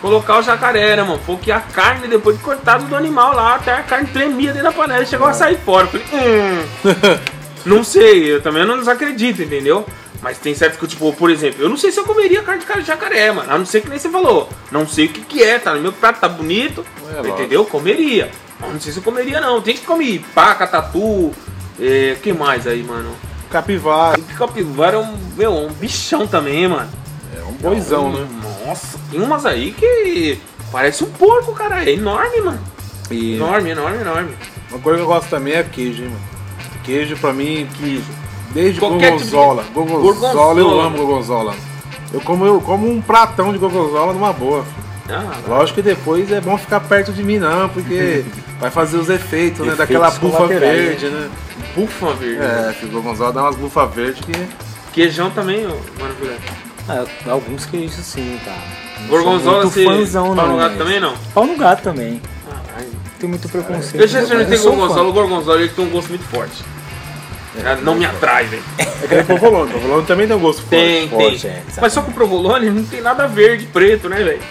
colocar o jacaré, né, mano? Foi que a carne, depois de cortado do animal lá, até a carne tremia dentro da panela, e Ah. chegou a sair fora. Eu falei, hum. não sei, eu também não acredito, entendeu? Mas tem certos que, tipo, por exemplo, eu não sei se eu comeria carne de cara de jacaré, mano. A não ser que nem você falou. Não sei o que, que é, tá? No meu prato tá bonito, É, lógico. entendeu? Comeria. Mas não sei se eu comeria, não. Tem gente que come paca, tatu. É, que mais aí, mano? Capivara. E Capivara é um, meu, é um bichão também, mano. É um boizão, né? Nossa, tem umas aí que parece um porco, cara. É enorme, mano. E Enorme, enorme, enorme. uma coisa que eu gosto também é queijo, hein, mano? Queijo pra mim, Queijo. desde Qualquer tipo de- gorgonzola. gorgonzola. eu Gorgonzola. amo gorgonzola. Eu como, eu como um pratão de gorgonzola numa boa. Ah, Lógico que depois é bom ficar perto de mim, não, <laughs> porque vai fazer os efeitos, né? Efeitos Daquela bufa colaterais, verde, né? bufa verde. É, que o gorgonzola dá umas bufas verdes que. Queijão também, ô, mano. Filé. ah, alguns queijos sim, cara. Não sou Gorgonzola, muito você fãzão, né? pau no não, gato mas- também, não? Pau no gato também. Caralho. Tem muito preconceito. Eu já experimentei Eu sou fã. gorgonzola. O gorgonzola ele tem um gosto muito forte. Ah, não me atrai, velho. É que nem provolone. Provolone também tem um gosto Tem, forte. tem. forte, é, exatamente. Mas só que o provolone não tem nada verde, preto, né, velho?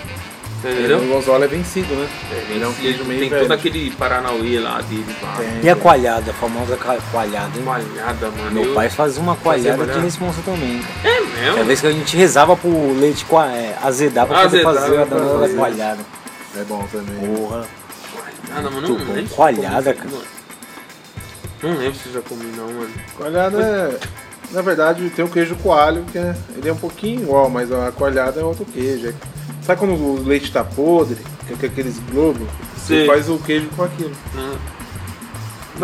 O Entendeu? gorgonzola é vencido, né? Ele Ele é um queijo meio É. tem velho. todo aquele Paranauê lá deles lá. E a coalhada, a famosa ca- coalhada, hein? Malhada, mano. Meu Eu- pai fazia uma coalhada de coalhada. responsa também. É Cada mesmo? vez que a gente rezava pro leite coa- é, azedar pra poder Azedar, fazer a pra danada fazer. da coalhada. É bom também. Porra. Malhada, mano. Muito não bom. lembro Coalhada, como- Não lembro se eu já comi, não, mano. Coalhada é. Na verdade, tem o queijo coalho, que é, ele é um pouquinho igual, mas a coalhada é outro queijo. é- Sabe quando o leite tá podre, que é com aqueles globos? Você Sei. faz o queijo com aquilo. Não,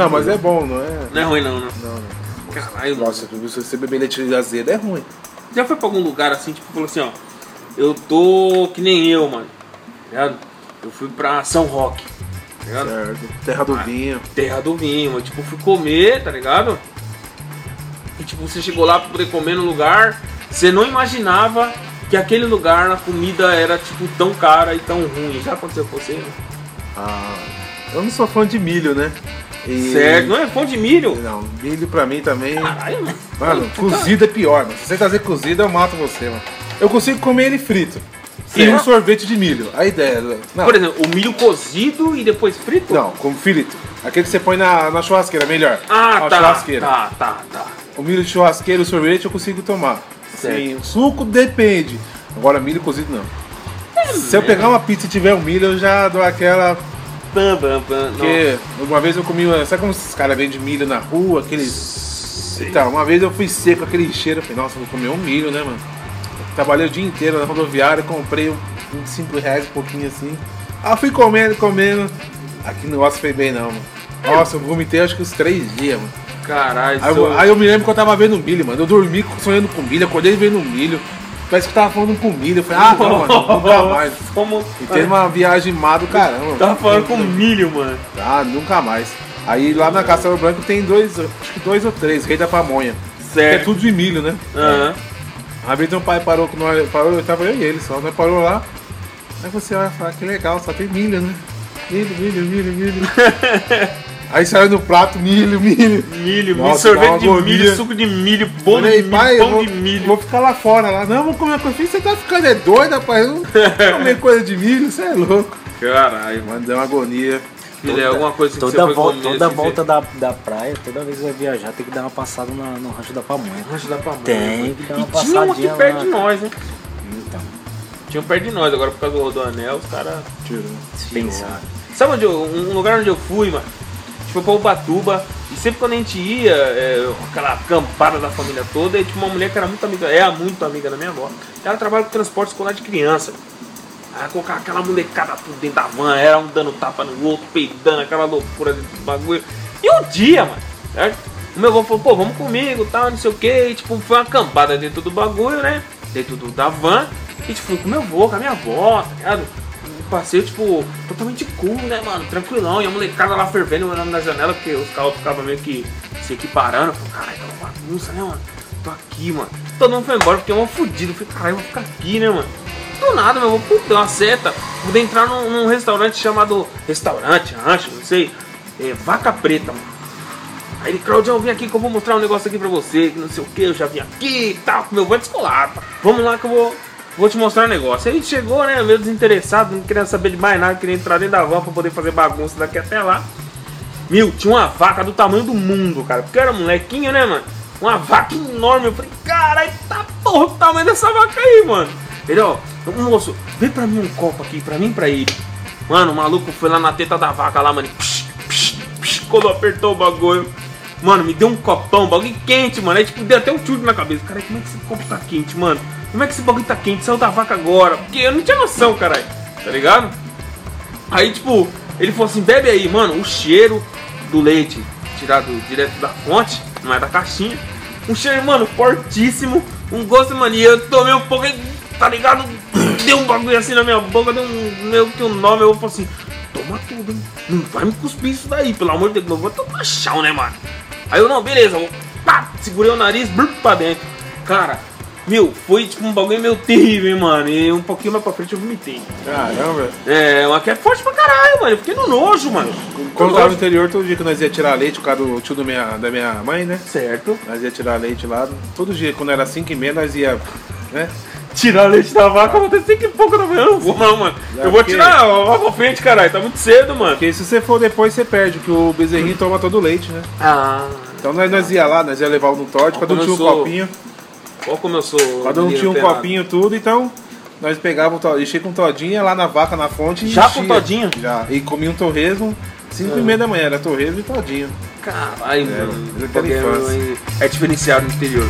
Não, mas é bom, não é? não é ruim, não, não. Não, não. Caralho, Nossa, se você beber leite azedo é ruim. Já foi pra algum lugar assim, tipo, falou assim, ó. Eu tô que nem eu, mano. tá Ligado? Eu fui pra São Roque. tá Ligado? Certo. Terra Ah. do vinho. Terra do vinho. Eu, tipo, fui comer, tá ligado? E tipo, você chegou lá pra poder comer no lugar. Você não imaginava que aquele lugar, a comida era, tipo, tão cara e tão ruim. Já aconteceu com você? né? Ah, eu não sou fã de milho, né? E- Certo, não é pão de milho? Não, milho pra mim também. Caralho, mano. Mano, cozido é pior, mano. Se você trazer cozido, eu mato você, mano. Eu consigo comer ele frito. E Certo. um sorvete de milho. A ideia. é Não, Por exemplo, o milho cozido e depois frito? não como frito. Aquele que você põe na, na churrasqueira, melhor. Ah, na tá. churrasqueira. Tá, tá, tá. O milho de churrasqueira, o sorvete eu consigo tomar. Certo. Sim, o suco depende. Agora, milho cozido não. Se eu pegar uma pizza e tiver um milho, eu já dou aquela. Pam, pam, pam. Não. Porque uma vez eu comi. uma- Sabe como esses caras vendem milho na rua? Aqueles. Então, uma vez eu fui seco, aquele cheiro. Eu falei, nossa, vou comer um milho, né, mano? Trabalhei o dia inteiro na rodoviária, comprei um- uns 5 reais, um pouquinho assim. Aí eu fui comendo, comendo. Aqui no negócio foi bem, não, mano. Nossa, eu vomitei acho que uns 3 dias, mano. Caralho, Aí, seu- eu- aí eu me lembro que eu tava vendo milho, mano. Eu dormi sonhando com milho, acordei vendo milho. Parece que eu tava falando com milho. Eu falei, ah, não, mano, <laughs> nunca mais. Como... E teve uma viagem má do caramba. Tava falando com mano. milho, mano. Ah, nunca mais. Aí lá na Castelo Branco tem dois, acho que dois ou três, rei da pamonha. Que é Certo. tudo de milho, né? Aham. Aí vez meu pai parou com nós, parou, tava eu e ele só, nós parou lá. Aí você olha e fala, que legal, só tem milho, né? Milho, milho, milho, <laughs> milho. Aí saiu no prato, milho, milho. Milho, milho, Nossa, dá uma sorvete de agonia. milho, suco de milho, bolo Falei, de milho, pai, eu pão vou, de milho. vou ficar lá fora lá. Não, vou comer coisa. Você tá ficando é doido, rapaz. Eu Não vou comer coisa de milho, você é louco. Caralho, mano. Mano, deu uma agonia. Filho, é alguma coisa que você Toda, foi volta, comer, toda assim, volta da, da praia, toda vez que vai viajar, tem que dar uma passada na- no rancho da pamonha. você- Rancho da pamonha. Tem que dar uma E tinha um aqui passadinha perto lá, de nós, né? Então, Tinha um perto de nós, agora por causa do Rodoanel, os caras... Tirou. pensar. Sabe onde eu, um lugar onde eu fui, mano? A gente foi pra Ubatuba e sempre quando a gente ia, é, aquela acampada da família toda, e tinha uma mulher que era muito amiga, é muito amiga da minha avó. Ela trabalha com transporte escolar de criança. Aí colocava aquela molecada tudo dentro da van, era um dando tapa no outro, peidando, aquela loucura dentro do bagulho. E um dia, mano, certo? o meu avô falou, pô, vamos comigo, tal, não sei o que. E, tipo, foi uma acampada dentro do bagulho, né? Dentro do, da van. E, tipo, fui com meu avô, com a minha avó, tá ligado? Um passeio, tipo, totalmente cool, né, mano? Tranquilão. E a molecada lá fervendo, olhando na janela, porque os carros ficavam meio que se equiparando. Eu falei, caralho, tá uma bagunça, né, mano? Tô aqui, mano. Todo mundo foi embora, porque é uma fudida. Eu falei, caralho, eu vou ficar aqui, né, mano? Do nada, meu, eu vou pô, deu uma seta. Vou entrar num, num restaurante chamado Restaurante, Rancho, não sei. É, Vaca Preta, mano. Aí ele, Claudião, vem aqui que eu vou mostrar um negócio aqui pra você, que não sei o que, eu já vim aqui e tal, que meu vou descolar. pá. Vamos lá que eu vou, vou te mostrar um negócio. Aí ele chegou, né, meio desinteressado, não querendo saber de mais nada, queria entrar dentro da van pra poder fazer bagunça daqui até lá. Meu, tinha uma vaca do tamanho do mundo, cara, porque eu era molequinho, né, mano? Uma vaca enorme, eu falei, caralho, tá porra o tamanho dessa vaca aí, mano. Ele, ó, moço, vem pra mim um copo aqui, pra mim e pra ele. Mano, o maluco foi lá na teta da vaca lá, mano, e psh, psh, psh, quando apertou o bagulho. Mano, me deu um copão, bagulho quente, mano. Aí, tipo, deu até um chute na cabeça. Cara, como é que esse copo tá quente, mano? Como é que esse bagulho tá quente? Saiu da vaca agora. Porque eu não tinha noção, caralho. Tá ligado? Aí, tipo, ele falou assim: bebe aí, mano, o cheiro do leite tirado direto da fonte, não é da caixinha. Um cheiro, mano, fortíssimo. Um gosto, mano, e eu tomei um pouco, e, tá ligado? Deu um bagulho assim na minha boca, deu um meio que um nome. Eu falei assim: toma tudo, hein? não vai me cuspir isso daí, pelo amor de Deus, eu vou tomar chão, né, mano? Aí eu, não, beleza, eu, pá, segurei o nariz, brum, pra dentro. Cara, meu, foi tipo um bagulho meio terrível, hein, mano. E um pouquinho mais pra frente eu vomitei. Caramba. É, uma que é forte pra caralho, mano. Eu fiquei no nojo, mano. Quando eu tava No no nojo. interior, todo dia que nós ia tirar leite, por causa do tio da minha, da minha mãe, né? tá Certo. Nós ia tirar leite lá. Todo dia, quando era 5 e meia, nós ia. Né? Tirar leite da vaca, eu vou ter cinco e pouco da manhã. Eu não vou, não, mano. Já Eu vou fiquei. tirar a vaca pra frente, caralho. Tá muito cedo, mano. Porque se você for depois, você perde, porque o bezerrinho toma todo o leite, né? Ah. Então nós, nós ia lá, nós ia levar um torte, cada um tinha um Começou. copinho, Olha como eu sou. cada um menino tinha um pelado. copinho tudo, então nós pegava o todinho, enchia com todinho, ia lá na vaca, na fonte e Já com enchia. todinho? Ah. Já, e comia um torresmo, 5 e meia da manhã, era torresmo e todinho. Caralho, mano. mas aquela Porque é, é diferenciado no interior.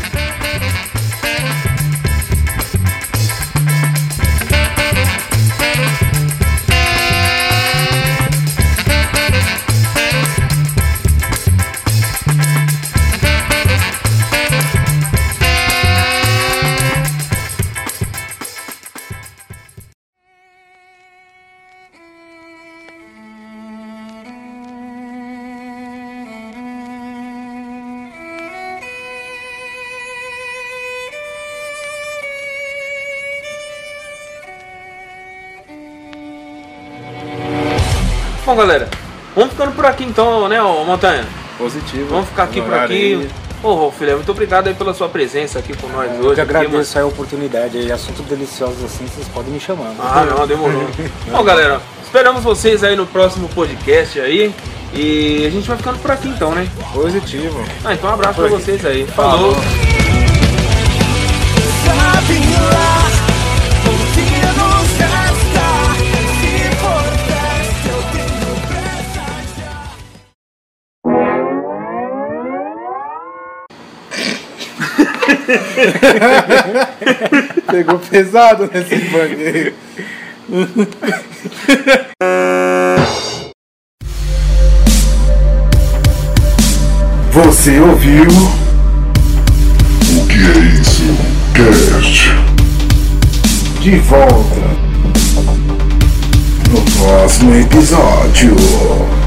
Bom, galera, vamos ficando por aqui então, né, ô Montanha? Positivo. Vamos ficar aqui por Horário aqui. aí. Ô, filé, muito obrigado aí pela sua presença aqui com nós hoje. Eu que aqui, mano. agradeço aí a oportunidade aí. Assuntos deliciosos assim, vocês podem me chamar. Ah, não, demorou. <laughs> Bom, galera, esperamos vocês aí no próximo podcast aí. E a gente vai ficando por aqui então, né? Positivo. Ah, então um abraço pra vocês aí. Falou. Pegou pesado nesse banheiro. Você ouviu? O que é isso? Cast. De volta. No próximo episódio.